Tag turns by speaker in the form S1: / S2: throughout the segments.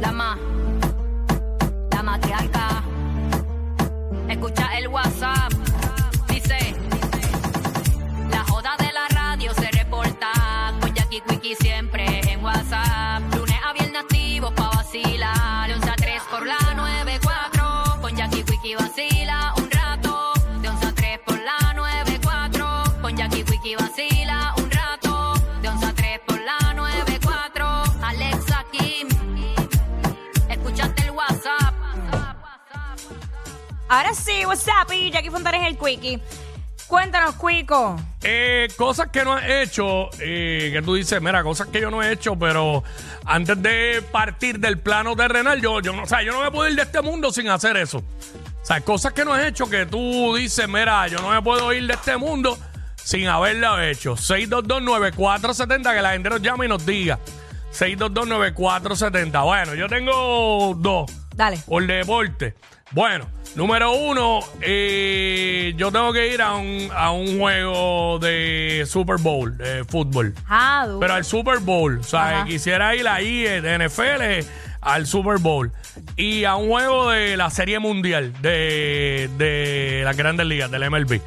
S1: dama, la matriarca. Escucha el WhatsApp. Dice: La joda de la radio se reporta. Con Jackie Quickie siempre en WhatsApp. Lunes a viernes activo pa' vacilar. De 11 a 3 por la 94. Con Jackie Quickie vacila un rato. De 11 a 3 por la 94. Con Jackie Quickie vacila un rato. De 11 a 3 por la 94. Alexa Kim. Escuchaste el WhatsApp.
S2: Ahora sí, what's up, y Jackie Fontanes el Quickie. Cuéntanos, Cuico.
S3: Eh, cosas que no has hecho, eh, que tú dices, mira, cosas que yo no he hecho, pero antes de partir del plano terrenal, yo, yo, no, o sea, yo no me puedo ir de este mundo sin hacer eso. O sea, cosas que no has hecho que tú dices, mira, yo no me puedo ir de este mundo sin haberla hecho. 6229470, que la gente nos llame y nos diga. 6229470. Bueno, yo tengo dos.
S2: Dale.
S3: Por deporte. Bueno, número uno, eh, yo tengo que ir a un, a un juego de Super Bowl, de fútbol.
S2: Ah, duro.
S3: Pero al Super Bowl, o sea,
S2: Ajá.
S3: quisiera ir ahí eh, de NFL eh, al Super Bowl y a un juego de la Serie Mundial de, de las grandes ligas, del MLB.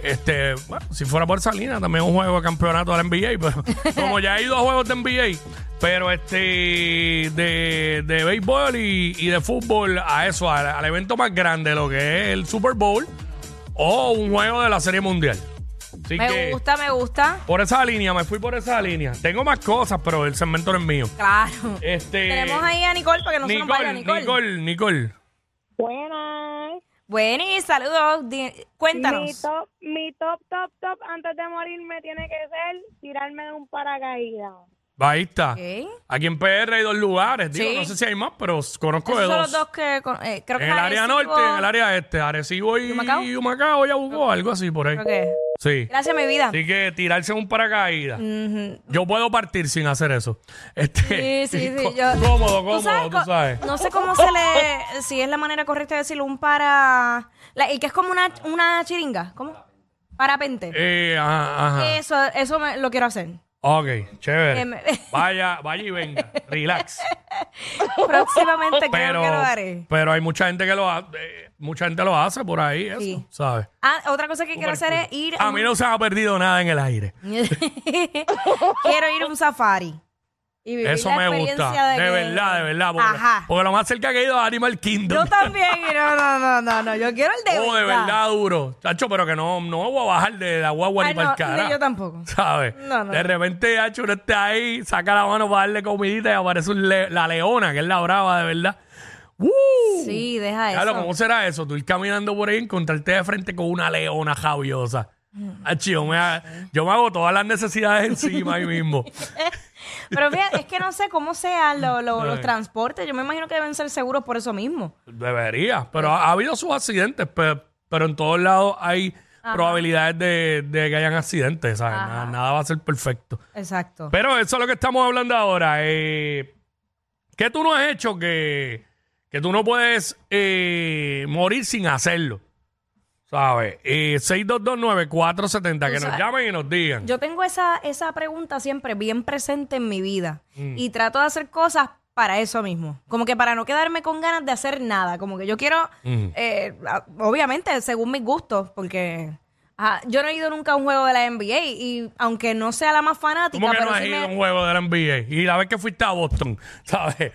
S3: Este, bueno, si fuera por Salina, también un juego de campeonato de la NBA, pero pues, como ya he ido a juegos de NBA, pero este de, de béisbol y, y de fútbol a eso, al, al evento más grande, lo que es el Super Bowl o un juego de la Serie Mundial. Así
S2: me
S3: que
S2: gusta, me gusta.
S3: por esa línea, me fui por esa línea. Tengo más cosas, pero el segmento no es mío.
S2: Claro.
S3: Este,
S2: Tenemos ahí a Nicole para que no se nos vaya,
S3: Nicole,
S2: Nicole.
S3: Nicole, Nicole.
S4: Buenas.
S2: Bueno, y saludos. Di-
S4: Mi
S2: Cuéntanos.
S4: top, mi top, top, top antes de morirme tiene que ser tirarme de un paracaídas.
S3: Ahí está.
S2: Ok.
S3: Aquí en PR hay dos lugares. Digo,
S2: Sí.
S3: no sé si hay más, pero conozco
S2: Esos
S3: de
S2: son
S3: dos.
S2: los dos que con- eh, creo que
S3: En el
S2: es
S3: área
S2: Arecibo.
S3: norte, en el área este, Arecibo y
S2: Humacao?
S3: Humacao, Yabucoa, algo así por ahí.
S2: Creo que-
S3: Sí.
S2: Gracias, mi vida.
S3: Así que tirarse un paracaídas.
S2: Ujú.
S3: Yo puedo partir sin hacer eso. Este,
S2: Sí, sí, sí.
S3: có-
S2: yo-
S3: Cómodo,
S2: ¿Tú
S3: cómodo,
S2: sabes co-
S3: tú sabes.
S2: No sé cómo se le. Si es la manera correcta de decirlo, un para. la- el que es como una, una chiringa. ¿Cómo? Parapente.
S3: Eh, ajá, ajá.
S2: Eso, eso me- lo quiero hacer.
S3: Ok, chévere.
S2: Em,
S3: Vaya, vaya y venga. Relax.
S2: Próximamente creo
S3: Pero,
S2: que lo haré.
S3: pero hay mucha gente que lo hace, mucha gente lo hace por ahí, eso,
S2: Sí.
S3: ¿sabes?
S2: Ah, otra cosa que quiero hacer es ir.
S3: A mí no se me ha perdido nada en el aire.
S2: quiero ir a un safari. Y vivir
S3: Eso
S2: la
S3: me
S2: experiencia
S3: gusta.
S2: que-
S3: De, verdad, de verdad. Porque,
S2: Ajá.
S3: porque lo más cerca que he ido es Animal Kingdom.
S2: Yo también. y No, no, no, no, no. Yo quiero el de
S3: Oh, de verdad duro. Chacho, pero que no, no voy a bajar de la guagua
S2: Ay,
S3: ni para
S2: no,
S3: el cara.
S2: ni yo tampoco.
S3: ¿Sabes?
S2: No, no.
S3: De repente, Chacho, uno está ahí, saca la mano para darle comidita y aparece un le- la leona, que es la brava, de verdad. ¡Uh!
S2: Sí, deja eso.
S3: Claro, ¿cómo será eso? Tú ir caminando por ahí y encontrarte de frente con una leona javiosa. Achi, yo, me, ha- yo me hago todas las necesidades encima ahí mismo.
S2: Pero fíjate, es que no sé cómo sean lo- lo- los
S3: Ay.
S2: transportes. Yo me imagino que deben ser seguros por eso mismo.
S3: Debería, pero ha, ha habido sus accidentes, pe- pero, en todos lados hay probabilidades de, de que hayan accidentes, ¿sabes? Na- Nada, va a ser perfecto.
S2: Exacto.
S3: Pero eso es lo que estamos hablando ahora. Eh, ¿Qué tú no has hecho que, que tú no puedes eh, morir sin hacerlo? ¿Sabes? Eh, 6229470, que nos
S2: sabes.
S3: llamen y nos digan.
S2: Yo tengo esa, esa pregunta siempre bien presente en mi vida
S3: Mm.
S2: y trato de hacer cosas para eso mismo. Como que para no quedarme con ganas de hacer nada. Como que yo quiero,
S3: Mm.
S2: eh, a- obviamente, según mis gustos, porque ajá, yo no he ido nunca a un juego de la NBA y aunque no sea la más fanática,
S3: ¿Cómo que
S2: pero
S3: no has
S2: sí
S3: ido
S2: me-
S3: a un juego de la NBA? Y la vez que fuiste a Boston, ¿sabes?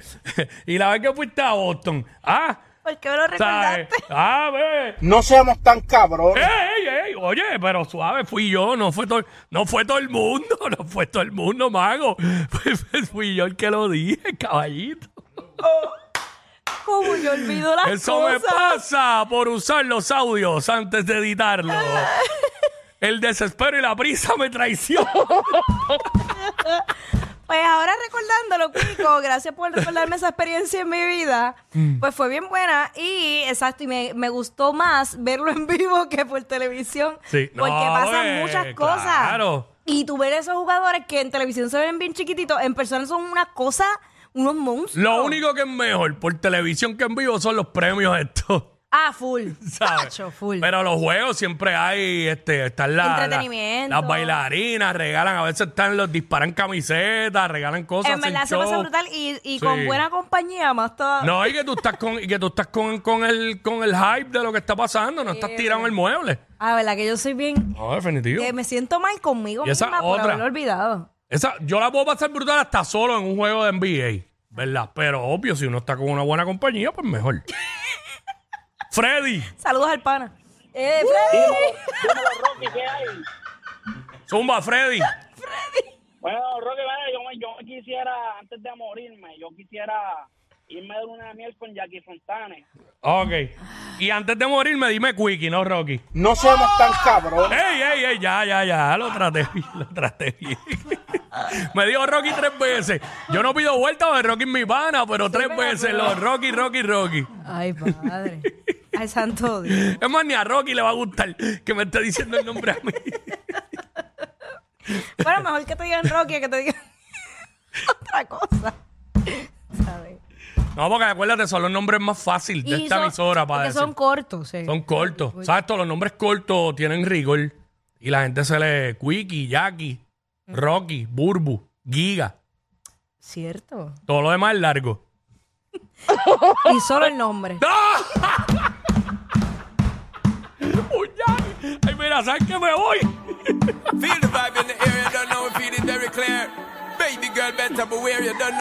S3: y la vez que fuiste a Boston, ¿ah?
S2: ¿Por qué me lo
S3: ¿Sabes?
S2: recordaste?
S3: Ah, ve.
S5: No seamos tan cabrones.
S3: Ey, ey, oye, pero suave, fui yo, no fue todo, no fue todo el mundo, no fue todo el mundo, mago. fui yo el que lo dije, caballito.
S2: Como yo olvido las
S3: Eso me
S2: cosas.
S3: pasa por usar los audios antes de editarlo. El desespero y la prisa me traicionan.
S2: Pues ahora recordándolo, Pico, gracias por recordarme esa experiencia en mi vida.
S3: Mm.
S2: Pues fue bien buena y exacto, y me, me gustó más verlo en vivo que por televisión.
S3: Sí.
S2: Porque
S3: No,
S2: pasan
S3: eh,
S2: muchas cosas.
S3: claro.
S2: Y tú ver esos jugadores que en televisión se ven bien chiquititos, en persona son una cosa, unos monstruos.
S3: Lo único que es mejor por televisión que en vivo son los premios estos.
S2: Ah, full.
S3: ¿sabes?
S2: Tacho, full.
S3: Pero los juegos siempre hay, este, están la- la-
S2: Entretenimiento.
S3: las bailarinas, regalan, a veces están los disparan camisetas, regalan cosas.
S2: en verdad
S3: hacen
S2: se pasa
S3: show.
S2: brutal y, y
S3: Sí.
S2: con buena compañía más todo.
S3: No, y que tú estás con, y que tú estás con, con el con el hype de lo que está pasando, no estás tirado en el mueble.
S2: Ah, verdad que yo soy bien...
S3: No, definitivo.
S2: Que me siento mal conmigo
S3: Y esa
S2: misma por
S3: otra.
S2: haberlo olvidado.
S3: Esa, yo la puedo pasar brutal hasta solo en un juego de NBA, ¿verdad? Pero obvio, si uno está con una buena compañía, pues mejor. Freddy,
S2: Saludos al pana. Eh, Freddy.
S5: Rocky, ¿qué hay?
S3: zumba Freddy.
S5: Bueno, Rocky, vaya, yo, me- yo me quisiera, antes de morirme, yo quisiera irme de una miel con Jackie Fontane.
S3: Ok. Y antes de morirme, dime Quickie, no Rocky.
S5: No somos tan cabros.
S3: ¡Ey, ey, ey! Ya, ya, ya. Lo traté bien, lo traté bien. Me dijo Rocky tres veces. Yo no pido vuelta de Rocky es mi pana, pero tres veces. Los Rocky, Rocky, Rocky.
S2: Ay, padre. Ay, santo Dios.
S3: Es más, ni a Rocky le va a gustar que me esté diciendo el nombre a mí.
S2: Bueno, mejor que te digan Rocky que te digan otra cosa. ¿Sabes?
S3: No, porque acuérdate, son los nombres más fáciles de esta
S2: son-
S3: emisora para
S2: porque
S3: decir.
S2: son
S3: Son,
S2: cortos, eh. sí.
S3: cortos. ¿Sabes? Todos los nombres cortos tienen rigor. Y la gente se le... Quickie, Jackie,
S2: Mm.
S3: Rocky, Burbu, Giga.
S2: Cierto.
S3: Todo lo demás es largo.
S2: Y solo el nombre.
S3: ¡Uñal! ¡Ay, mira, ¿sabes qué me voy?
S6: Feel the vibe in the area, don't know if it is very clear. Baby girl, better beware, you don't know.